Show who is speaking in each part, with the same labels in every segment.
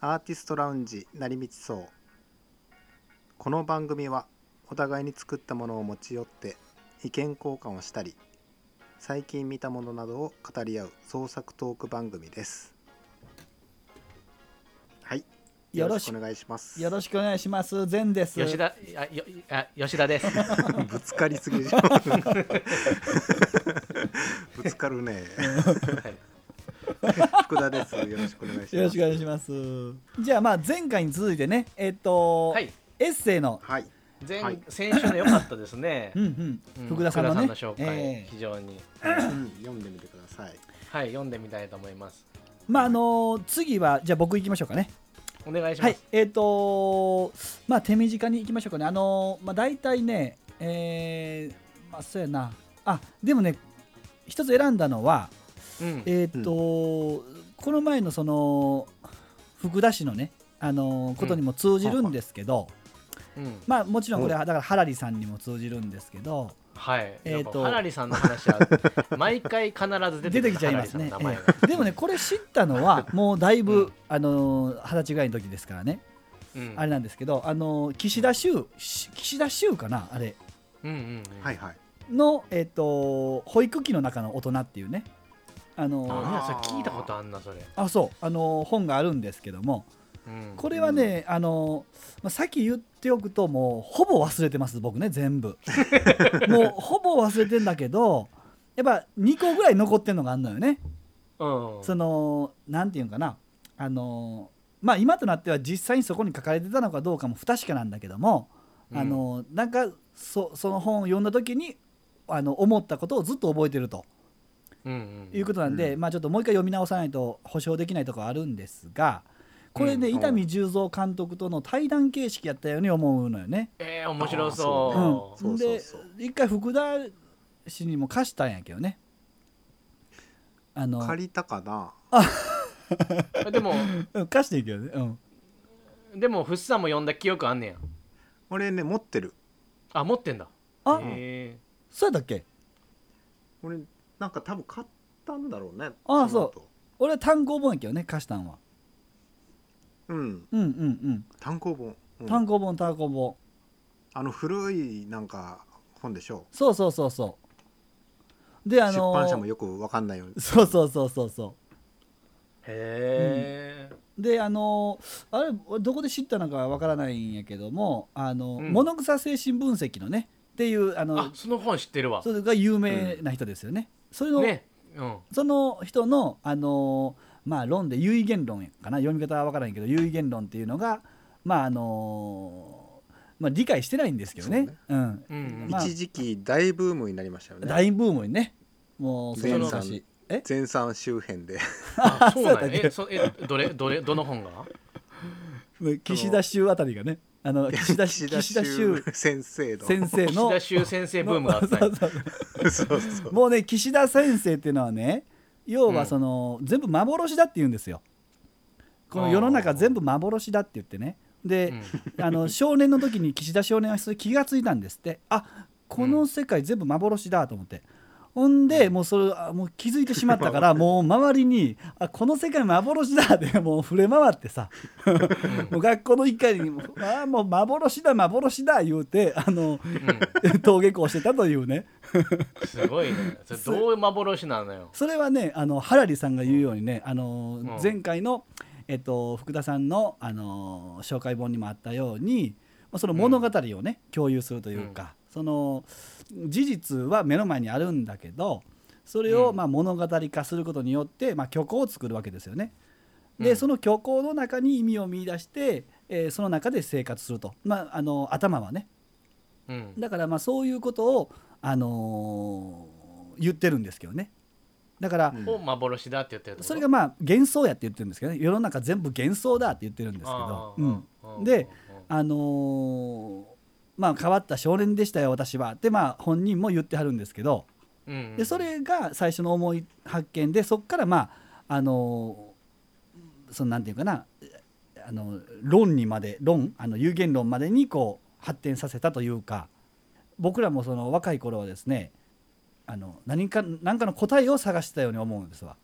Speaker 1: アーティストラウンジ成光荘この番組はお互いに作ったものを持ち寄って意見交換をしたり最近見たものなどを語り合う創作トーク番組ですはいよ
Speaker 2: よ
Speaker 1: ろ
Speaker 2: ろ
Speaker 1: し
Speaker 2: し
Speaker 1: くお願いします
Speaker 2: よろしくお願いします。善です。
Speaker 3: 吉田あよあ吉田で す
Speaker 1: ぶつかりすぎじゃんぶつかる ね福田ですよろしくお願いし
Speaker 2: よ
Speaker 1: ま
Speaker 2: ろ
Speaker 1: す
Speaker 2: しくお願いします。じゃあまあ前回に続いてね、えっ、と、
Speaker 3: はい
Speaker 2: エッセイの、
Speaker 1: はい
Speaker 3: 前、
Speaker 1: はい
Speaker 3: 先週の良かったですね
Speaker 2: う、ん
Speaker 3: う
Speaker 2: うん、
Speaker 3: ん
Speaker 2: 福田さんのね、
Speaker 3: 紹介、
Speaker 2: ええ
Speaker 3: 非常に
Speaker 1: うん読んでみてください
Speaker 3: はい読んでみたいと思います
Speaker 2: まああのー次はじゃあ僕行きましょうかね。
Speaker 3: お願いしま
Speaker 2: は
Speaker 3: す、
Speaker 2: い、えっ、とまあ手短に行きましょうかね。あのーまあ大体ね、えー、まあそうやな、あでもね、一つ選んだのは、
Speaker 3: うん
Speaker 2: えっ、とこの前のその福田氏のね、あのーことにも通じるんですけど。
Speaker 3: うん
Speaker 2: まあもちろんこれはだからハラリさんにも通じるんですけど、
Speaker 3: はい、
Speaker 2: えーと
Speaker 3: なんかハラリさんの話は 毎回必ず出
Speaker 2: 出
Speaker 3: て
Speaker 2: て
Speaker 3: くる
Speaker 2: きちゃいますね
Speaker 3: ハラリさんの名前が、
Speaker 2: でもねこれ知ったのはもうだいぶ、
Speaker 3: うん
Speaker 2: あのー二十歳ぐらいの時ですからね、
Speaker 3: うん、
Speaker 2: あれなんですけどあのー岸田修し岸田修かなあれ
Speaker 3: うんうんうん
Speaker 1: はいはい
Speaker 2: のえっ、と保育器の中の大人っていうねあのー
Speaker 3: あーそれ聞いたことあんなそれ、
Speaker 2: あそうあのー本があるんですけども
Speaker 3: うん、
Speaker 2: これはね、あのーまあ、さっき言っておくともうほぼ忘れてます僕ね全 部もうほぼ忘れてんだけどやっぱ2個ぐらい残ってんのがあんのよね
Speaker 3: うん
Speaker 2: そのなんていうんかなあのまあ今となっては実際にそこに書かれてたのかどうかも不確かなんだけども、
Speaker 3: うん
Speaker 2: あのなんかそその本を読んだ時にあの思ったことをずっと覚えてると
Speaker 3: うんう
Speaker 2: いうんことなんで、
Speaker 1: う
Speaker 2: まあちょっともう一回読み直さないと保証できないところあるんですがこれね、
Speaker 1: うん
Speaker 2: 伊丹十三監督との対談形式やったように思うのよね。
Speaker 3: えー、面白
Speaker 1: あ
Speaker 2: うん
Speaker 3: そ、う
Speaker 1: そうそう
Speaker 2: で
Speaker 1: そう
Speaker 2: 一回福田氏にも貸したんやけどね。あの
Speaker 1: 借りたかな
Speaker 3: えでも
Speaker 2: うん貸していいけどね。うん
Speaker 3: でもフッサンも読んだ記憶あんねや
Speaker 1: 俺ね持ってる
Speaker 3: あ持ってんだ
Speaker 2: あ、
Speaker 3: へ
Speaker 2: そうだっけ
Speaker 1: 俺なんか多分買ったんだろうね
Speaker 2: あ
Speaker 1: の
Speaker 2: あ
Speaker 1: 後
Speaker 2: 俺は単行本やけどね貸したんは
Speaker 1: うん
Speaker 2: うんうん
Speaker 1: 単行本、う
Speaker 2: うん
Speaker 1: ん
Speaker 2: 単行本単行本
Speaker 1: あの古いなんか本でしょ
Speaker 2: そうそうそうそうであの
Speaker 1: 出版社もよくわかんないように
Speaker 2: そうそうそうそうそ
Speaker 3: えへえ、
Speaker 2: うであのあれどこで知ったのかわからないんやけどもあの、
Speaker 3: うん
Speaker 2: 物草精神分析のねっていうあの
Speaker 3: あその本知ってるわ
Speaker 2: それが有名な人ですよね、それの、
Speaker 3: ねうん
Speaker 2: その人のあのまあ論で有意言論やかな読み方はわからないけど有意言論っていうのがまああのまあ理解してないんですけどね
Speaker 1: そうね
Speaker 2: うん
Speaker 3: うん
Speaker 2: まあ
Speaker 1: 一時期大ブームになりましたよね
Speaker 2: 大ブームにねもうその
Speaker 3: 前
Speaker 2: 昔
Speaker 1: 三
Speaker 2: え
Speaker 1: 前山周辺で
Speaker 3: あそう
Speaker 2: そ
Speaker 3: なん
Speaker 2: うだ
Speaker 3: や
Speaker 2: ね
Speaker 3: えそえどれどれどの本が
Speaker 2: 岸田修あたりがねあ の岸田
Speaker 1: 岸
Speaker 2: 岸
Speaker 1: 田
Speaker 2: 田
Speaker 1: 修
Speaker 2: 修
Speaker 1: 先生の
Speaker 2: 先生
Speaker 3: 岸
Speaker 2: の
Speaker 3: 田修先生ブームがあったん
Speaker 2: そ
Speaker 3: や
Speaker 2: うそう
Speaker 1: そうそう
Speaker 2: もうね岸田先生っていうのはね要はその、全部幻だって言うんですよこの世の中全部幻だって言ってねで、あの少年の時に岸田少年はそれ気がついたんですってあこの世界全部幻だと思って、ほんでもうそれあもう気づいてしまった からもう周りにあこの世界幻だってもう触れ回ってさもう学校の一回にもうあもう幻だ幻だ言うてあ の
Speaker 3: うんうん
Speaker 2: 登下校してたというね
Speaker 3: すごいねそれどう幻なのよ
Speaker 2: それはねあのハラリさんが言うようにねあの、
Speaker 3: ん
Speaker 2: 前回の、えっと、福田さんのあの紹介本にもあったようにまあその物語をね、共有するというか、その事実は目の前にあるんだけどそれを
Speaker 3: うん
Speaker 2: まあ物語化することによって、まあ、虚構を作るわけですよね。で、
Speaker 3: うん
Speaker 2: その虚構の中に意味を見出して、えーその中で生活すると、まあ、あの頭はね
Speaker 3: うん
Speaker 2: だからまあそういうことを、あのー言ってるんですけどねだから、
Speaker 1: うん
Speaker 3: を幻だって言ってる
Speaker 2: それがまあ幻想やって言ってるんですけどね世の中全部幻想だって言ってるんですけどうんであのーまあ変わった少年でしたよ私はってまあ本人も言ってはるんですけどでそれが最初の思い発見でそっからまああのーそのなんていうかなあの論にまで論あの有限論までにこう発展させたというか僕らもその若い頃はですねあの何か何かの答えを探してたように思うんですわ。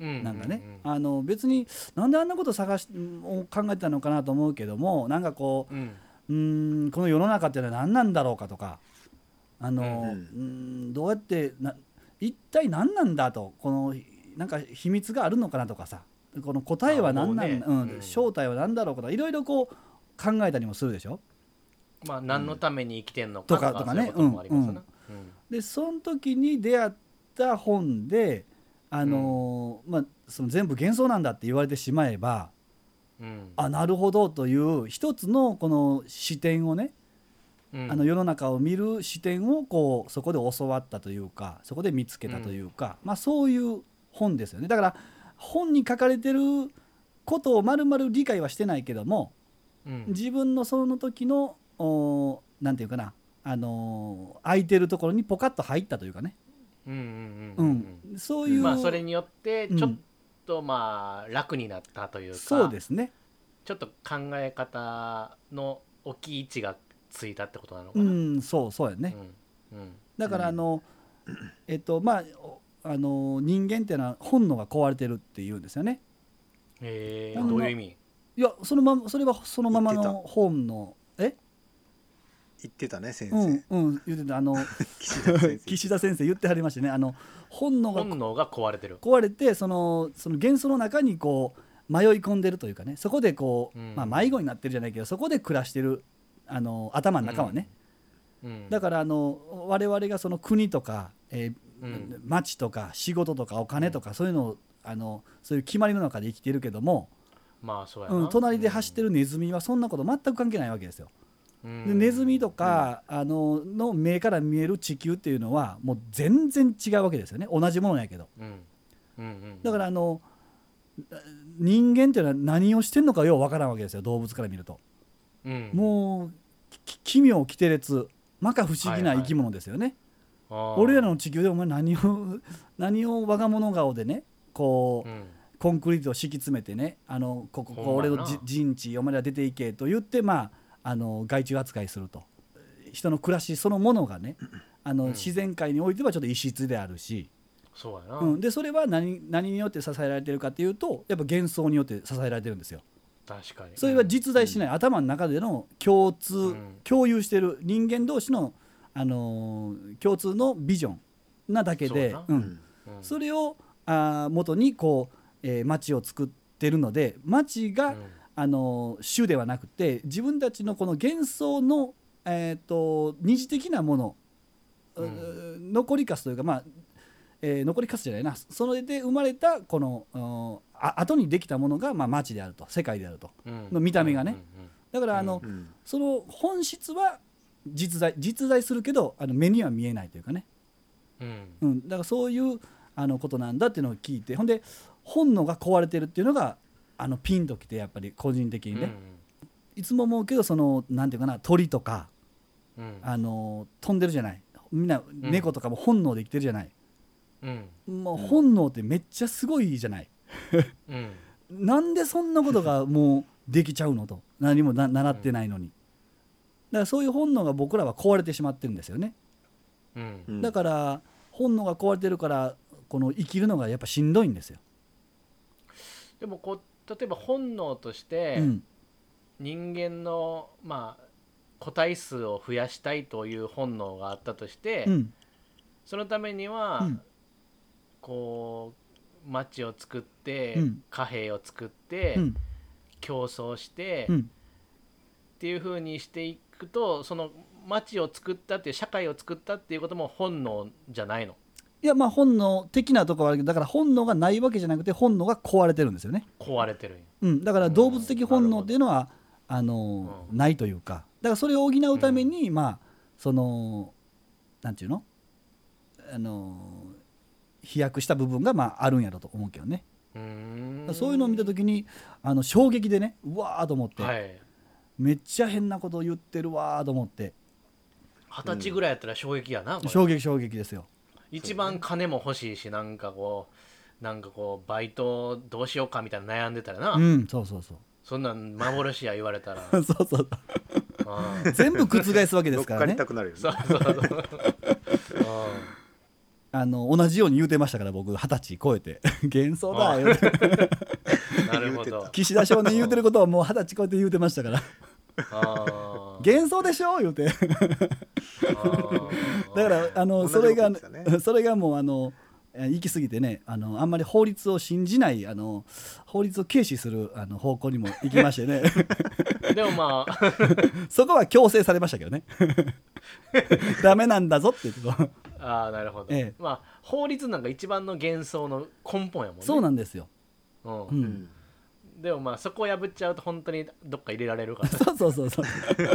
Speaker 3: うん
Speaker 2: なんかね、
Speaker 3: う
Speaker 2: あの別になんであんなこと探しを考えてたのかなと思うけどもなんかこ
Speaker 3: うんうん
Speaker 2: ううーんこの世の中ってのは何なんだろうかとかあの、
Speaker 3: うん
Speaker 1: うん
Speaker 2: うーんどうやってな一体何なんだとこのなんか秘密があるのかなとかさこの答えは何なん
Speaker 3: あもう
Speaker 2: う、
Speaker 3: ねうんん
Speaker 2: 正体は何だろうかとかいろいろこう考えたりもするでしょ
Speaker 3: まあ何のために生きてんのか
Speaker 2: とかとかね
Speaker 3: そういうこともありますよねうん
Speaker 2: でその時に出会った本で、あのーまあ、その全部幻想なんだって言われてしまえば
Speaker 3: うん
Speaker 2: あなるほどという一つのこの視点をね、
Speaker 3: うん
Speaker 2: あの世の中を見る視点をこうそこで教わったというかそこで見つけたというか、まあ、そういう本ですよねだから本に書かれてることをまるまる理解はしてないけども
Speaker 3: うん
Speaker 2: 自分のその時のおーなんていうかな、あのー空いてるところにポカッと入ったというかね
Speaker 3: うんうんう
Speaker 2: うん
Speaker 3: うん
Speaker 2: ん、そういう、
Speaker 3: まあそれによってちょ
Speaker 2: う
Speaker 3: っ
Speaker 2: ん
Speaker 3: とまあ楽になったというか
Speaker 2: そうですね、
Speaker 3: ちょっと考え方の置き位置がついたってことなのか
Speaker 2: う
Speaker 3: な、
Speaker 2: ん、そうそうやね、
Speaker 3: うんうん
Speaker 2: だから
Speaker 1: うん
Speaker 2: あの、えっとまあおあの人間っていうのは本能が壊れてるっていうんですよね
Speaker 3: え
Speaker 2: ほん
Speaker 3: ー、
Speaker 2: の
Speaker 3: どういう意味
Speaker 2: いやそのままそれはそのまま
Speaker 1: 言っ
Speaker 2: の本のえ
Speaker 1: 言ってたね先生、
Speaker 2: うんうん言ってたあの
Speaker 1: 岸田 先生
Speaker 2: 岸田先生言ってはりましたねあの本能が
Speaker 3: 本能が壊れてる
Speaker 2: 壊れてそのその幻想の中にこう迷い込んでるというかねそこでこう、
Speaker 3: うん
Speaker 2: まあ、迷子になってるじゃないけどそこで暮らしてるあの頭の中はね、
Speaker 3: うん
Speaker 2: だからあの我々がその国とか、えー
Speaker 3: うん
Speaker 2: 町とか仕事とかお金とかそういうのをあのそういう決まりの中で生きているけども、
Speaker 3: まあそうやな、
Speaker 2: うん、隣で走ってるネズミはそんなこと全く関係ないわけですよ。
Speaker 3: うん、
Speaker 2: でネズミとか、あのの目から見える地球っていうのはもう全然違うわけですよね同じものやけど
Speaker 3: うん、うんうんうん、
Speaker 2: だからあの人間っていうのは何をしてんのかようわからんわけですよ動物から見ると。
Speaker 3: うん、
Speaker 2: もうき奇妙奇てれつ摩訶不思議な生き物ですよね。
Speaker 3: あー
Speaker 2: 俺らの地球でお前何を何を我が物顔でねこ
Speaker 3: う
Speaker 2: う、
Speaker 3: ん
Speaker 2: コンクリートを敷き詰めてねあのここここ
Speaker 3: ほんま
Speaker 2: 俺
Speaker 3: やな
Speaker 2: のじ陣地お前ら出ていけと言ってまああの害虫扱いすると人の暮らしそのものがねあの、
Speaker 3: うん
Speaker 2: 自然界においてはちょっと異質であるし、
Speaker 3: そうやな、
Speaker 2: うん、でそれは何何によって支えられてるかっていうとやっぱ幻想によって支えられてるんですよ。
Speaker 3: 確かに
Speaker 2: それは実在しない、頭の中での共通、
Speaker 3: うん
Speaker 2: 共有してる人間同士の、あのー共通のビジョンなだけで
Speaker 3: そう
Speaker 2: う
Speaker 1: う
Speaker 3: だ
Speaker 1: んん
Speaker 3: うん、
Speaker 2: それをあー元にこう、えー町を作ってるので町が、
Speaker 3: うん
Speaker 2: あのー主ではなくて自分たちのこの幻想の、えー、と二次的なもの、
Speaker 3: うん
Speaker 2: うー残りかすというかまあえー残りかすじゃないなそれで生まれたこのうんあ後にできたものが、まあ、町であると世界であると
Speaker 3: うん
Speaker 2: の見た目がね
Speaker 3: うんうん
Speaker 2: だからあの、
Speaker 1: うんうん
Speaker 2: その本質は実在実在するけどあの目には見えないというかね、
Speaker 3: うん
Speaker 2: うん、だからそういうあのことなんだっていうのを聞いてほんで本能が壊れてるっていうのがあのピンときてやっぱり個人的
Speaker 3: う
Speaker 2: に
Speaker 3: ん
Speaker 2: ね、いつも思うけどそのなんていうかな鳥とか
Speaker 3: うん
Speaker 2: あの飛んでるじゃないみんな猫とかも本能で生きてるじゃない、
Speaker 3: うん
Speaker 2: もう
Speaker 1: うん
Speaker 2: 本能ってめっちゃすごいじゃない
Speaker 3: うん
Speaker 2: なんでそんなことがもうできちゃうのと何もな習ってないのに、だからそういう本能が僕らは壊れてしまってるんですよね
Speaker 3: うん
Speaker 1: うん
Speaker 2: だから本能が壊れてるからこの生きるのがやっぱしんどいんですよ。
Speaker 3: でもこう例えば本能として
Speaker 2: うん
Speaker 3: 人間の、まあ個体数を増やしたいという本能があったとして、
Speaker 2: うん
Speaker 3: そのためには、
Speaker 2: うん
Speaker 3: こう町を作って、
Speaker 2: うん
Speaker 3: 貨幣を作って、
Speaker 2: うん
Speaker 3: 競争して、
Speaker 2: う
Speaker 3: っ
Speaker 2: ん
Speaker 3: ていう風にしていくとその町を作ったっていう社会を作ったっていうことも本能じゃないの
Speaker 2: いやまあ本能的なとこはあるけどだから本能がないわけじゃなくて本能が壊れてるんですよね。
Speaker 3: 壊れてるんよ
Speaker 2: うん、だから動物的本能っていうのはあの
Speaker 3: うん
Speaker 2: ないというかだからそれを補うために、まあそのなんていうのあの飛躍した部分がまああるんやろと思うけどね。
Speaker 3: うーん
Speaker 2: そういうのを見た時にあの衝撃でねうわーと思って。
Speaker 3: はい
Speaker 2: めっちゃ変なことを言ってるわーと思って
Speaker 3: 二十歳ぐらいやったら衝撃やな、これ
Speaker 2: 衝撃衝撃ですよ
Speaker 3: 一番金も欲しいしなんかこうなんかこうバイトどうしようかみたいな悩んでたらな、
Speaker 2: うんそうそうそう
Speaker 3: そんなん幻や言われ たら
Speaker 2: そうそうそう
Speaker 3: あ
Speaker 2: 全部覆すわけ で
Speaker 1: 乗
Speaker 2: す
Speaker 1: っ
Speaker 2: か
Speaker 1: からり
Speaker 2: ね
Speaker 1: たくなるよ
Speaker 3: そう
Speaker 1: ね
Speaker 3: そうそう。
Speaker 2: あの同じように言うてましたから僕二十歳超えて 幻想だ言うて
Speaker 3: なる
Speaker 1: 言
Speaker 3: ほ
Speaker 1: う
Speaker 3: ど。
Speaker 2: 岸田少年言うてることはもう二十歳超えて言うてまし たから
Speaker 3: あー
Speaker 2: 幻想でしょ言うて
Speaker 3: あー
Speaker 2: だからあの
Speaker 1: 同じ
Speaker 2: それが、
Speaker 1: ことですよね
Speaker 2: それがもうあのえ行き過ぎてねあのあんまり法律を信じないあの法律を軽視するあの方向にも行き ましてね
Speaker 3: でもまあ、
Speaker 2: そこは強制されましたけどね ダメなんだぞっていうこと
Speaker 3: あーなるほど、
Speaker 2: ええ
Speaker 3: まあ、法律なんか一番の幻想の根本やもんね。
Speaker 2: そうなんですよ、
Speaker 3: うん
Speaker 2: うん
Speaker 1: うん
Speaker 3: でもまあ、そこを破っちゃうと本当にどっか入れられる から、
Speaker 2: そうそうそうそう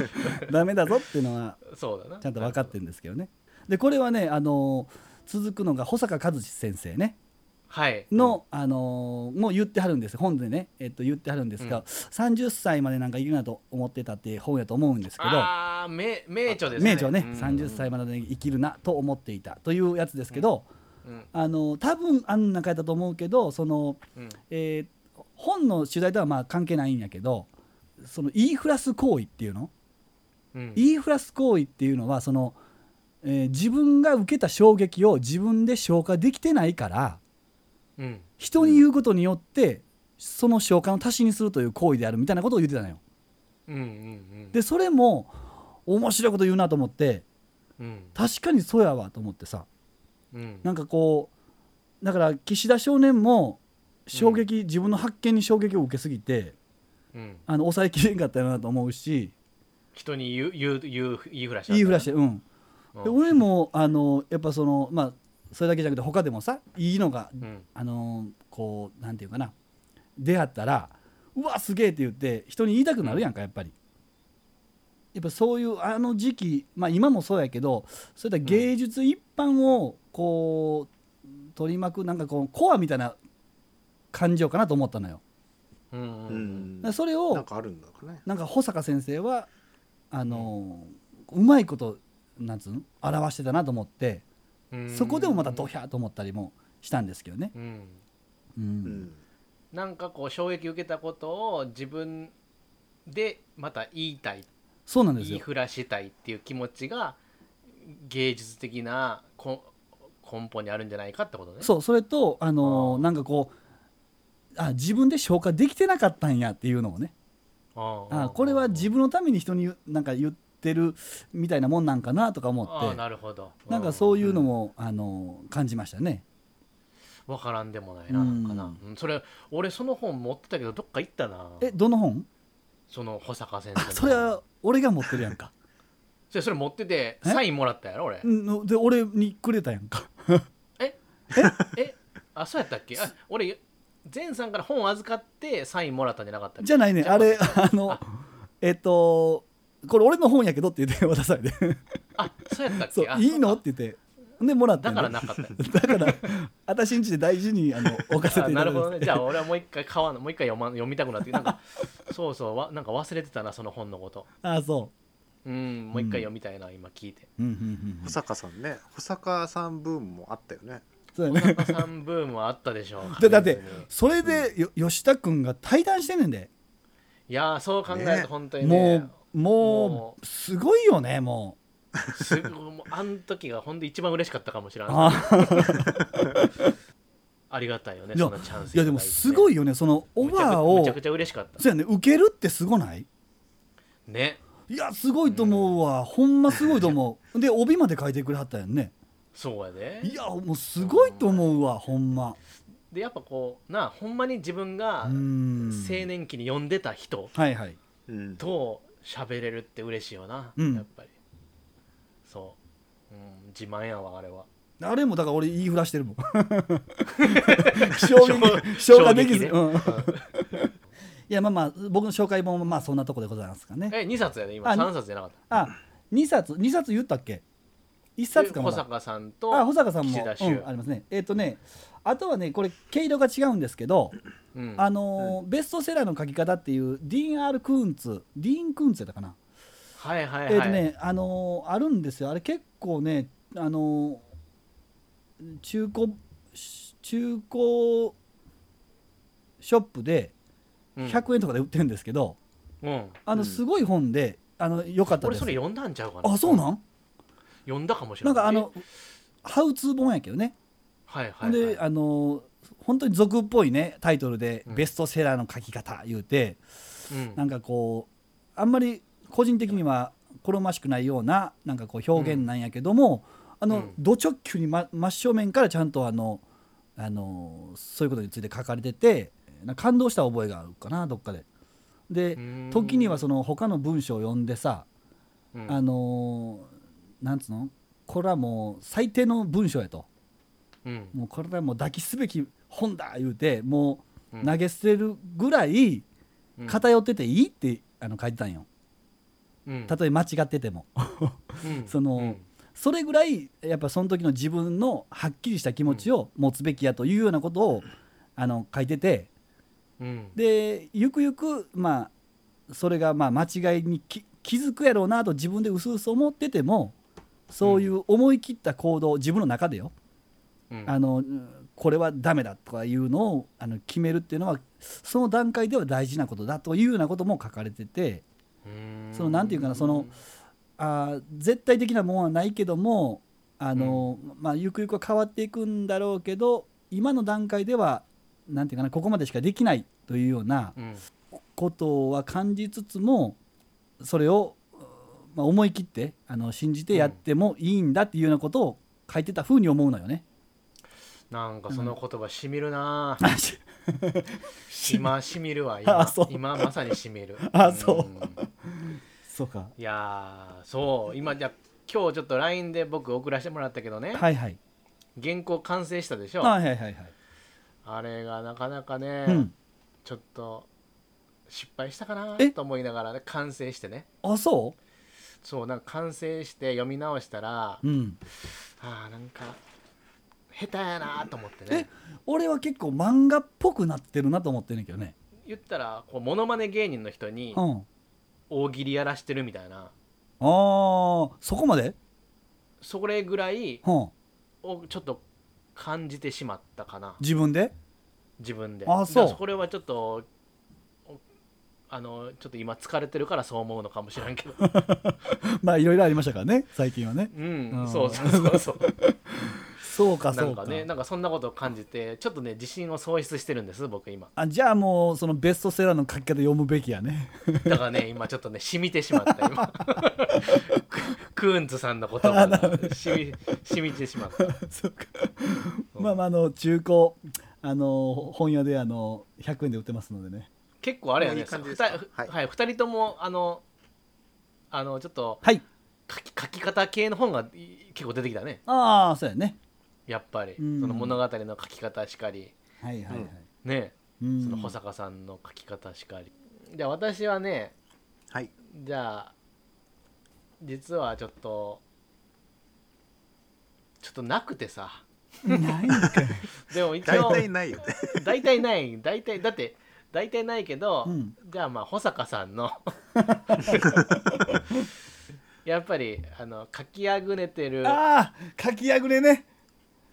Speaker 2: ダメだぞっていうのは
Speaker 3: そうだな。
Speaker 2: ちゃんと分かってるんですけどねでこれはねあの続くのが保坂和志先生ね
Speaker 3: はい。
Speaker 2: の、あのーもう言ってはるんです本でね、えっと、言ってはるんですが、
Speaker 3: うん
Speaker 2: 30歳までなんかいるなと思ってたっていう本やと思うんですけど
Speaker 3: ああ、名名著ですね。
Speaker 2: 名著ね、
Speaker 3: うん
Speaker 2: 30歳まで生きるなと思っていたというやつですけど、
Speaker 3: うん
Speaker 2: あの多分あんな書いたと思うけどその、
Speaker 3: うん
Speaker 2: えー本の取材とはまあ関係ないんやけどその言いふらす行為っていうの、
Speaker 3: うん
Speaker 2: 言いふらす行為っていうのはその、えー自分が受けた衝撃を自分で消化できてないから。
Speaker 3: うん
Speaker 2: 人に言うことによって、その召喚を足しにするという行為であるみたいなことを言ってたのよ。
Speaker 3: うんうんうん
Speaker 2: でそれも面白いこと言うなと思って
Speaker 3: うん
Speaker 2: 確かにそうやわと思ってさ
Speaker 3: うん
Speaker 2: なんかこうだから岸田少年も衝撃、自分の発見に衝撃を受けすぎて
Speaker 3: うん
Speaker 2: あの抑えきれんかったよなと思うし
Speaker 3: 人に言う言う言う言いふらし
Speaker 2: 言いふらしてうん
Speaker 3: うん
Speaker 2: で俺もあのやっぱそのまあそれだけじゃなくて他でもさいいのが
Speaker 3: うん
Speaker 2: あのこうなんていうかな出会ったら「うわすげえ」って言って人に言いたくなるやんかやっぱり。やっぱそういうあの時期まあ今もそうやけどそういった芸術一般をこう取り巻くなんかこうコアみたいな感情かなと思ったのよ。
Speaker 3: うんう
Speaker 1: うんん
Speaker 2: だからそれ
Speaker 1: なん
Speaker 2: を
Speaker 1: かあるんだろうね
Speaker 2: なんか保坂先生はあのうまいことなんつうの表してたなと思って
Speaker 3: うん
Speaker 2: そこでもまたドヒャーと思ったりもしたんですけどね。
Speaker 3: うん
Speaker 2: う
Speaker 1: うんん
Speaker 3: なんかこう衝撃受けたことを自分でまた言いたい
Speaker 2: そうなんです
Speaker 3: 言い
Speaker 2: よ
Speaker 3: ふらしたいっていう気持ちが芸術的なこ根本にあるんじゃないかってことね
Speaker 2: そうそれとあのー
Speaker 3: あー
Speaker 2: なんかこうあ自分で消化できてなかったんやっていうのをね
Speaker 3: ああ
Speaker 2: あこれは自分のために人に言うなんか言ってるみたいなもんなんかなとか思
Speaker 3: ああ
Speaker 2: って
Speaker 3: なるほど
Speaker 2: なんかそう
Speaker 3: い
Speaker 2: いうのも、あのー感じましたね
Speaker 3: うんわからんでもないななんかなうんそれ俺その本持ってたけどどっか行ったな
Speaker 2: えどの本
Speaker 3: その保坂先生
Speaker 2: あ
Speaker 3: の本
Speaker 2: それは俺が持ってるやん か
Speaker 3: それそれ持ってて
Speaker 2: え
Speaker 3: サインもらったやろ俺
Speaker 2: うんで俺にくれたやん か
Speaker 3: えあそうやったっけあ俺善さんから本預かってサインもらったんじゃなかったっけ
Speaker 2: じゃないねあれ
Speaker 3: じゃ
Speaker 2: あのえっとこれ俺の本やけどって言って渡さ れて
Speaker 3: あそうやったっ
Speaker 2: そう
Speaker 3: けあ
Speaker 2: いいの
Speaker 3: そ
Speaker 2: っ
Speaker 3: うか
Speaker 2: て言ってでもらった
Speaker 3: だ
Speaker 2: ん
Speaker 3: か
Speaker 2: や
Speaker 3: ら
Speaker 2: ね
Speaker 3: なかった
Speaker 2: だから私んちで大事にあの置かせ
Speaker 3: あ
Speaker 2: てい
Speaker 3: な
Speaker 2: ただ
Speaker 3: る
Speaker 2: い
Speaker 3: ほどね
Speaker 2: て
Speaker 3: じゃあ俺はもう一回買わなもう一回読,、ま、読みたくなってきたなんかそうそうわなんか忘れてたなその本のこと
Speaker 2: ああそ
Speaker 3: うんもう一回読みたいな、今聞いて
Speaker 2: ううんうんうん
Speaker 1: 保坂さんね保坂さんブームもあったよね
Speaker 2: そうや
Speaker 3: 小
Speaker 2: ね
Speaker 3: 坂さんブームはあったでしょう
Speaker 2: で だってそれでよ吉田君が対談してんねんで
Speaker 3: いやーそう考える
Speaker 1: ね
Speaker 3: と本当にね
Speaker 2: もうも
Speaker 3: も
Speaker 2: うすごいよねもう
Speaker 3: すごいもうあん時が本当一番嬉しかったかもしれない
Speaker 2: あ
Speaker 3: ありがたいよね
Speaker 2: いや
Speaker 3: そんなチャンス
Speaker 2: いやでもすご
Speaker 3: い
Speaker 2: いよねそのオ
Speaker 3: む
Speaker 2: フ
Speaker 3: ちゃく
Speaker 2: ァー
Speaker 3: む
Speaker 2: を
Speaker 3: ちゃくちゃ嬉しかった
Speaker 2: そうやね受けるってすごない
Speaker 3: ね
Speaker 2: いやすごいと思うわほんますごいと思うで帯まで書いてくれはったやんね
Speaker 3: そうやで
Speaker 2: いやもうすごいと思うわほんま
Speaker 3: でやっぱこうなほんまに自分が
Speaker 2: う
Speaker 3: 青
Speaker 2: ん
Speaker 3: 年期に読んでた人
Speaker 2: はいはい
Speaker 1: うん
Speaker 3: と喋れるって嬉しいよな、
Speaker 2: うん
Speaker 3: やっぱりそう、うん、自慢やわあれは
Speaker 2: あれもだから俺言いふらして るもん消化消化できず、
Speaker 3: 衝撃ね
Speaker 2: うん、いやまあまあ僕の紹介本もまあそんなとこでございますかね
Speaker 3: え2冊やで今
Speaker 2: あ
Speaker 3: 3冊じゃなかった
Speaker 2: あ二2冊2冊言ったっけ1冊か
Speaker 3: で
Speaker 2: ま
Speaker 3: 保
Speaker 2: だ
Speaker 3: 坂さん
Speaker 2: あ
Speaker 3: と
Speaker 2: 保坂さんも、
Speaker 3: 岸田
Speaker 2: う
Speaker 3: 修
Speaker 2: ん、ありますねえっ、とねあとはねこれ毛色が違うんですけど、
Speaker 3: うん
Speaker 2: あのーベストセラーの書き方っていうディーン・アール・クーンツディーン・クーンツやったかな
Speaker 3: はいはいはい、
Speaker 2: えーとねあのーあるんですよあれ結構ねあのー中古中古ショップで
Speaker 3: うん
Speaker 2: 100円とかで売ってるんですけど、
Speaker 3: うん
Speaker 2: あの
Speaker 1: うん
Speaker 2: すごい本であの良かった
Speaker 3: 俺
Speaker 2: です
Speaker 3: それ読んだんちゃうかな
Speaker 2: あそうなん
Speaker 3: 読んだかもしれ
Speaker 2: な
Speaker 3: なんい
Speaker 2: かあのハウツー本やけどね、
Speaker 3: はいはいはい
Speaker 2: であの本当に俗っぽいねタイトルで
Speaker 3: う
Speaker 2: 「
Speaker 3: ん
Speaker 2: ベストセラーの書き方」言うて、
Speaker 3: うん
Speaker 2: なんかこうあんまり個人的には好ましくないようななんかこう表現なんやけども、あ
Speaker 3: う
Speaker 2: の
Speaker 3: ん
Speaker 2: ド直球に、ま、真正面からちゃんとあのあのそういうことについて書かれててなんか感動した覚えがあるかなどっかで。で
Speaker 3: うん
Speaker 2: 時にはその他の文章を読んでさ、
Speaker 3: うん
Speaker 2: あのーなんつうのこれはもう最低の文章やと
Speaker 3: うん
Speaker 2: もうこれはもう抱きすべき本だ言うても
Speaker 3: うん
Speaker 2: う投げ捨てるぐらい
Speaker 3: うん
Speaker 2: 偏ってていいってあの書いてたんよ
Speaker 3: うん
Speaker 2: たとえ間違ってても
Speaker 3: うん
Speaker 2: その
Speaker 3: うん
Speaker 2: それぐらいやっぱその時の自分のはっきりした気持ちを持つべきやというようなことをあの書いてて
Speaker 3: うん
Speaker 2: でゆくゆくまあそれがまあ間違いにき気づくやろうなと自分で薄々思っててもそういう思い切った行動自分の中でよ
Speaker 3: うん
Speaker 2: あのうんこれはダメだとかいうのをあの決めるっていうのはその段階では大事なことだというようなことも書かれてて
Speaker 3: うん
Speaker 2: そのなんていうかなそのあー絶対的なもんはないけどもあの、まあ、ゆくゆくは変わっていくんだろうけど今の段階ではなんていうかなここまでしかできないというような
Speaker 3: うん
Speaker 2: ことは感じつつもそれを、まあ、思い切ってあの信じてやってもいいんだっていうようなことを書いてたふうに思うのよね。
Speaker 3: なんかその言葉しみるなぁ
Speaker 2: あし
Speaker 3: 今しみるわ 今
Speaker 2: あそう
Speaker 3: 今まさにしみる
Speaker 2: あそうん そうか
Speaker 3: いやーそう今じゃ今日ちょっと LINE で僕送らせてもらったけどね
Speaker 2: はいはい
Speaker 3: 原稿完成したでしょ
Speaker 2: はいはいはいはい。
Speaker 3: あれがなかなかね、
Speaker 2: うん、
Speaker 3: ちょっと失敗したかな
Speaker 2: え
Speaker 3: と思いながら、ね、完成してね
Speaker 2: あそ
Speaker 3: そうなんか完成して読み直したら、
Speaker 2: う、うん、
Speaker 3: あーなんか下手やなと思って
Speaker 2: え
Speaker 3: ね
Speaker 2: 俺は結構漫画っぽくなってるなと思ってんねんけどね、
Speaker 3: 言ったらこうモノマネ芸人の人に
Speaker 2: うん、あ
Speaker 3: 大喜利やらしてるみたいな
Speaker 2: あーそこまで、
Speaker 3: それぐらい
Speaker 2: うん、
Speaker 3: をちょっと感じてしまったかな
Speaker 2: 自分で
Speaker 3: 自分で
Speaker 2: あそう
Speaker 3: だからこれはちょっとおあのちょっと今疲れてるからそう思うのかもしれ んけど
Speaker 2: まあいろいろありましたからね最近はね
Speaker 3: うん、
Speaker 2: うん
Speaker 3: そうそうそ うそう
Speaker 2: そうか
Speaker 3: な
Speaker 2: そ
Speaker 3: ん
Speaker 2: うか
Speaker 3: かねなんかそんなことを感じてちょっとね自信を喪失してるんです僕今
Speaker 2: あじゃあもうそのベストセラーの書き方読むべきやね
Speaker 3: だか らね今ちょっとね染みてしまった今ククーンズさんの言葉が染み染みてしまった
Speaker 2: そうか
Speaker 3: うん
Speaker 2: まあまああの中古あの本屋であの100円で売ってますのでね
Speaker 3: 結構あれや
Speaker 1: もうい
Speaker 3: ね
Speaker 1: い感じ
Speaker 3: ふ
Speaker 1: ですか
Speaker 3: たふ
Speaker 1: はい
Speaker 3: はい、2人ともあのあのちょっと
Speaker 2: はい
Speaker 3: 書き書き方系の本がい結構出てきたね
Speaker 2: ああそうやね
Speaker 3: やっぱり、
Speaker 2: うん
Speaker 3: その物語の書き方しかり
Speaker 2: はいはいはい、
Speaker 3: ね
Speaker 2: うん
Speaker 3: その保坂さんの書き方しかり、じゃあ私はね
Speaker 1: はい
Speaker 3: じゃあ実はちょっとちょっとなくてさ
Speaker 2: ないんかい、
Speaker 3: でも一
Speaker 1: 大
Speaker 3: 応
Speaker 1: 体ないよね
Speaker 3: 大体ない大体だって大体ないけど、
Speaker 2: うん
Speaker 3: じゃあまあ保坂さん のやっぱりあの書きあぐねてる
Speaker 2: ああ書きあぐれね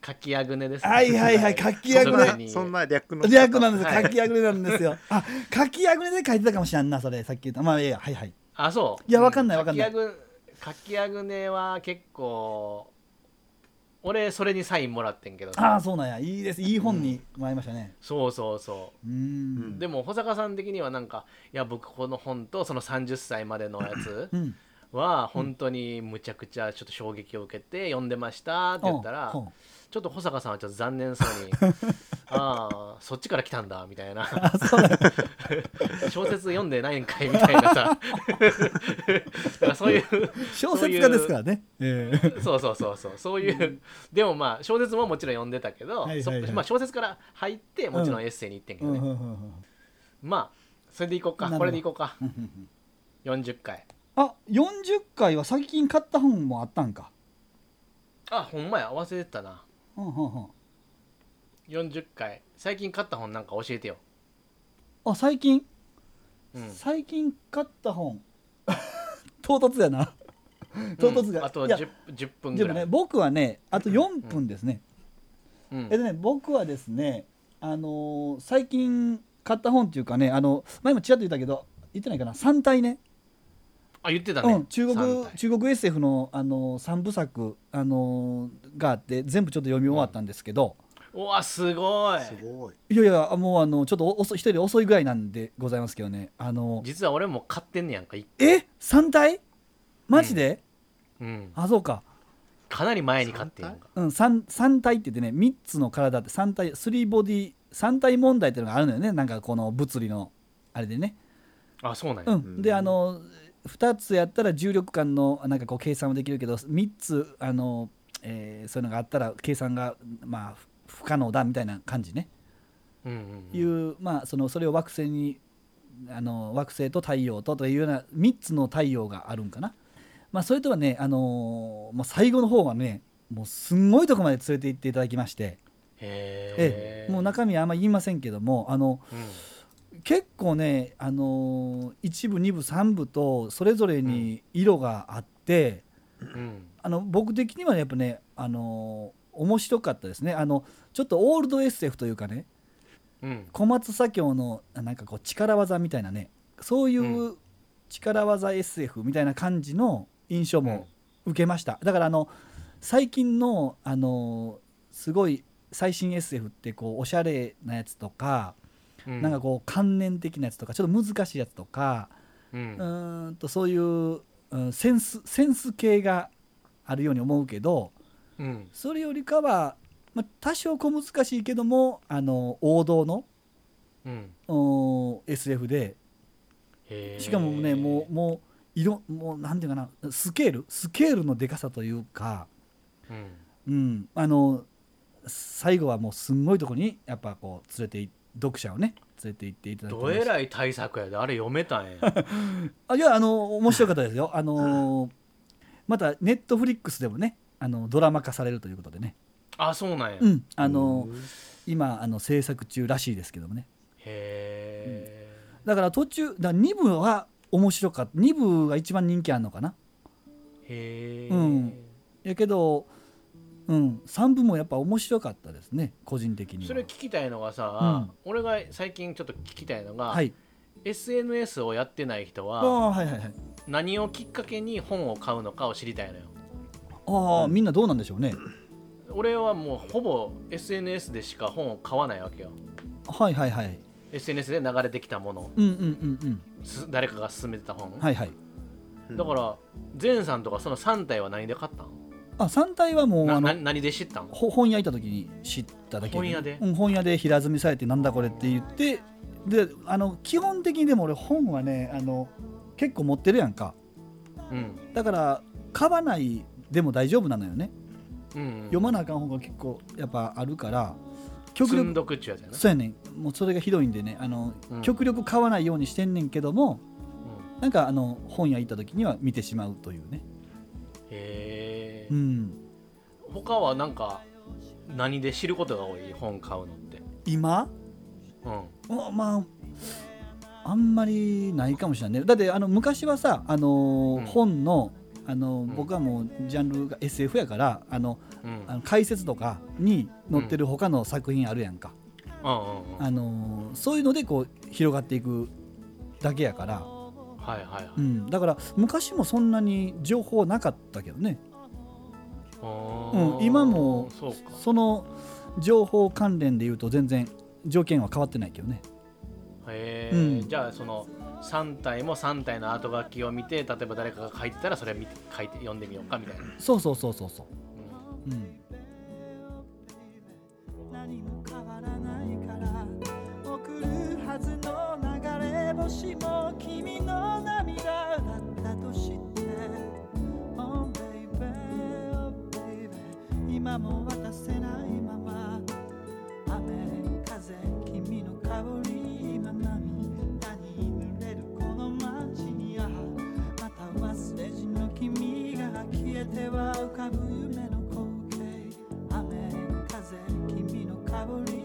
Speaker 3: 書きあぐねですね
Speaker 2: はいはいはい書きあぐれ
Speaker 3: 書き
Speaker 1: そんな略の
Speaker 2: 略なんです
Speaker 3: はい
Speaker 2: よ書きあぐれなんですよ、あ書きあぐれで書いてたかもしれんなそれさっき言ったまあいいやはいはい
Speaker 3: あそうい
Speaker 2: いやわかんないわかんない
Speaker 3: 書きあぐ書きあぐねは結構俺それにサインもらってんけど
Speaker 2: ああそうなんやいいですいい本にもらいましたね
Speaker 3: そうそうそう
Speaker 2: ーん
Speaker 1: うんん
Speaker 3: うでも保坂さん的にはなんかいや僕この本とその30歳までのやつ
Speaker 2: うん
Speaker 3: は本当にむちゃくちゃちょっと衝撃を受けて読んでましたって言ったら、
Speaker 2: うんうん
Speaker 3: ちょっと保坂さんはちょっと残念そう に「ああそっちから来たんだ」みたいな「小説読んでないんかい」みたい なさだからそういう
Speaker 2: 小説家ですからねええ
Speaker 3: そうそうそうそうそういう、でもまあ小説ももちろん読んでたけど、
Speaker 2: はいはいはい
Speaker 3: そまあ、小説から入ってもちろんエッセイに行ってんけ
Speaker 2: う
Speaker 3: ど
Speaker 2: ん
Speaker 3: ね、
Speaker 2: うんうんうん
Speaker 3: まあそれでいこうか
Speaker 2: なるほど
Speaker 3: これでいこうか
Speaker 2: うんうん
Speaker 3: 40回
Speaker 2: あ40回は最近買った本もあったんか
Speaker 3: あほんまや忘れてたな
Speaker 2: うんうんうん
Speaker 3: 40回最近買った本なんか教えてよ、
Speaker 2: あ最近
Speaker 3: うん、
Speaker 2: 最近買った本 唐突やな 唐突
Speaker 3: うん
Speaker 2: が
Speaker 3: あと
Speaker 2: いや
Speaker 3: 10, 10分
Speaker 2: で
Speaker 3: ぐ
Speaker 2: も
Speaker 3: ら
Speaker 2: ね
Speaker 3: い、
Speaker 2: 僕はねあと4分ですね
Speaker 3: うん
Speaker 2: えっとね、僕はですね、あのー最近買った本っていうかね、あの前もちらっと言ったけど、言ってないかな、3体ね、
Speaker 3: ああ言ってたね、
Speaker 2: うん、中
Speaker 3: 三
Speaker 2: 国
Speaker 3: 体
Speaker 2: 中国 SF のあの3部作あのがあって全部ちょっと読み終わったんですけど、
Speaker 3: うわすごい
Speaker 1: すごい。
Speaker 2: いやいやもうあのちょっと遅い一人遅いぐらいなんでございますけどねあの
Speaker 3: 実は俺も買ってんねやんか一個
Speaker 2: え三体マジで、
Speaker 3: うん、
Speaker 2: あそうか、
Speaker 3: かなり前に買ってんやんか
Speaker 2: うん、三三体って言ってね3つの体って三体スリーボディ三体問題っていうのがあるのよねなんかこの物理のあれでね
Speaker 3: あそうなんや、
Speaker 2: うん、で
Speaker 1: うん
Speaker 2: あの2つやったら重力感のなんかこう計算もできるけど3つあの、えーそういうのがあったら計算が、まあ、不不可能だみたいな感じね、
Speaker 3: うんうんうん
Speaker 2: いう、まあ、そのそれを惑星にあの惑星と太陽とというような3つの太陽があるんかな、まあ、それとはね、あのーもう最後の方はねもうすんごいとこまで連れて行っていただきまして、
Speaker 3: へ
Speaker 2: え
Speaker 3: え
Speaker 2: えもう中身はあんまり言いませんけどもあの
Speaker 3: うん
Speaker 2: 結構ね、あのー、1部2部3部とそれぞれに色があって、
Speaker 3: うん
Speaker 2: あの僕的にはねやっぱね、あのー面白かったですねあのちょっとオールド SF というかね
Speaker 3: うん
Speaker 2: 小松左京のなんかこう力技みたいなねそういうう力技 SF みたいな感じの印象も受けました、だからあの最近の、あのーすごい最新 SF ってこうおしゃれなやつとか、
Speaker 3: うん
Speaker 2: なんかこう観念的なやつとかちょっと難しいやつとか、
Speaker 3: うん
Speaker 2: うーんとそういう、うん、センスセンス系があるように思うけど
Speaker 3: うん
Speaker 2: それよりかは、まあ、多少小難しいけどもあの王道の
Speaker 3: うん
Speaker 2: うん SF で
Speaker 3: へー
Speaker 2: しかもねもうもう色もうなんていうかなスケールスケールのでかさというか、
Speaker 3: うん
Speaker 2: うん、あの最後はもうすんごいとこにやっぱこう連れてい読者をね連れて行っていただきま
Speaker 3: ど
Speaker 2: し
Speaker 3: え
Speaker 2: た
Speaker 3: らい対策やであれ読めたんや
Speaker 2: あいやあの面白かったですよあのまたネットフリックスでもねあのドラマ化されるということでね、
Speaker 3: あそうなんや、
Speaker 2: う
Speaker 3: へ
Speaker 2: ん、あの今あの制作中らしいですけどもね
Speaker 3: え、
Speaker 2: だから途中だ2部は面白かった2部が一番人気あるのかな
Speaker 3: へえ、
Speaker 2: うんやけど、うん、3部もやっぱ面白かったですね個人的には
Speaker 3: それ聞きたいのがさ、
Speaker 2: うん
Speaker 3: 俺が最近ちょっと聞きたいのが、
Speaker 2: はい
Speaker 3: SNS をやってない人
Speaker 2: あ
Speaker 3: は
Speaker 2: あはいはいはい
Speaker 3: 何をきっかけに本を買うのかを知りたいのよ
Speaker 2: ああ、みんなどうなんでしょうね
Speaker 3: 俺はもうほぼ SNS でしか本を買わないわけよ
Speaker 2: はいはいはい
Speaker 3: SNS で流れてきたもの
Speaker 2: うんうんうん
Speaker 3: す誰かが勧めてた本、
Speaker 2: うんはいはい
Speaker 3: だから善さんとかその3体は何で買ったん
Speaker 2: あ3体はもう
Speaker 3: な
Speaker 2: あの
Speaker 3: な何で知ったん
Speaker 2: ほ本屋行った時に知っただけ
Speaker 3: 本屋で
Speaker 2: うん、本屋で平積みされてなんだこれって言ってであの基本的にでも俺本はねあの結構持ってるやんか
Speaker 3: うん、
Speaker 2: だから買わないでも大丈夫なのよね
Speaker 3: うん、
Speaker 2: 読まなあかん本が結構やっぱあるから極
Speaker 3: 積
Speaker 2: 力
Speaker 3: んどくっちゅうやつやな
Speaker 2: そうやねんもうそれがひどいんでねあの、
Speaker 3: うん
Speaker 2: 極力買わないようにしてんねんけどもなんかあの本屋行った時には見てしまうというね
Speaker 3: へえ、
Speaker 2: うん
Speaker 3: 他はなんか何で知ることが多い本買うのって
Speaker 2: 今
Speaker 3: うん
Speaker 2: おまああんまりないかもしれないねだってあの昔はさあのー、
Speaker 3: うん
Speaker 2: 本のあのー、
Speaker 3: ん
Speaker 2: 僕はもうジャンルが SF やからあの
Speaker 3: うん
Speaker 2: あの解説とかに載ってる他の作品あるやんか、
Speaker 3: うんうんうん
Speaker 2: あのーそういうのでこう広がっていくだけやから、
Speaker 3: はいはいはい
Speaker 2: うん、だから昔もそんなに情報なかったけどね
Speaker 3: うん
Speaker 2: うん今も
Speaker 3: そうか
Speaker 2: その情報関連で言うと全然条件は変わってないけどね
Speaker 3: へえ、
Speaker 2: うん
Speaker 3: じゃあその3体も3体の後書きを見て例えば誰かが書いてたらそれ見て書いて読んでみようかみたいな、うん
Speaker 2: そうそうそうそうそううん
Speaker 4: 何も変わらないから送るはずの流れ星も君の涙だったと知って Oh baby, oh baby 今も渡せないまま雨風君の香り今波に濡れるこの街にあまた忘れじの君が消えては浮かぶ夢の光景雨風君の香り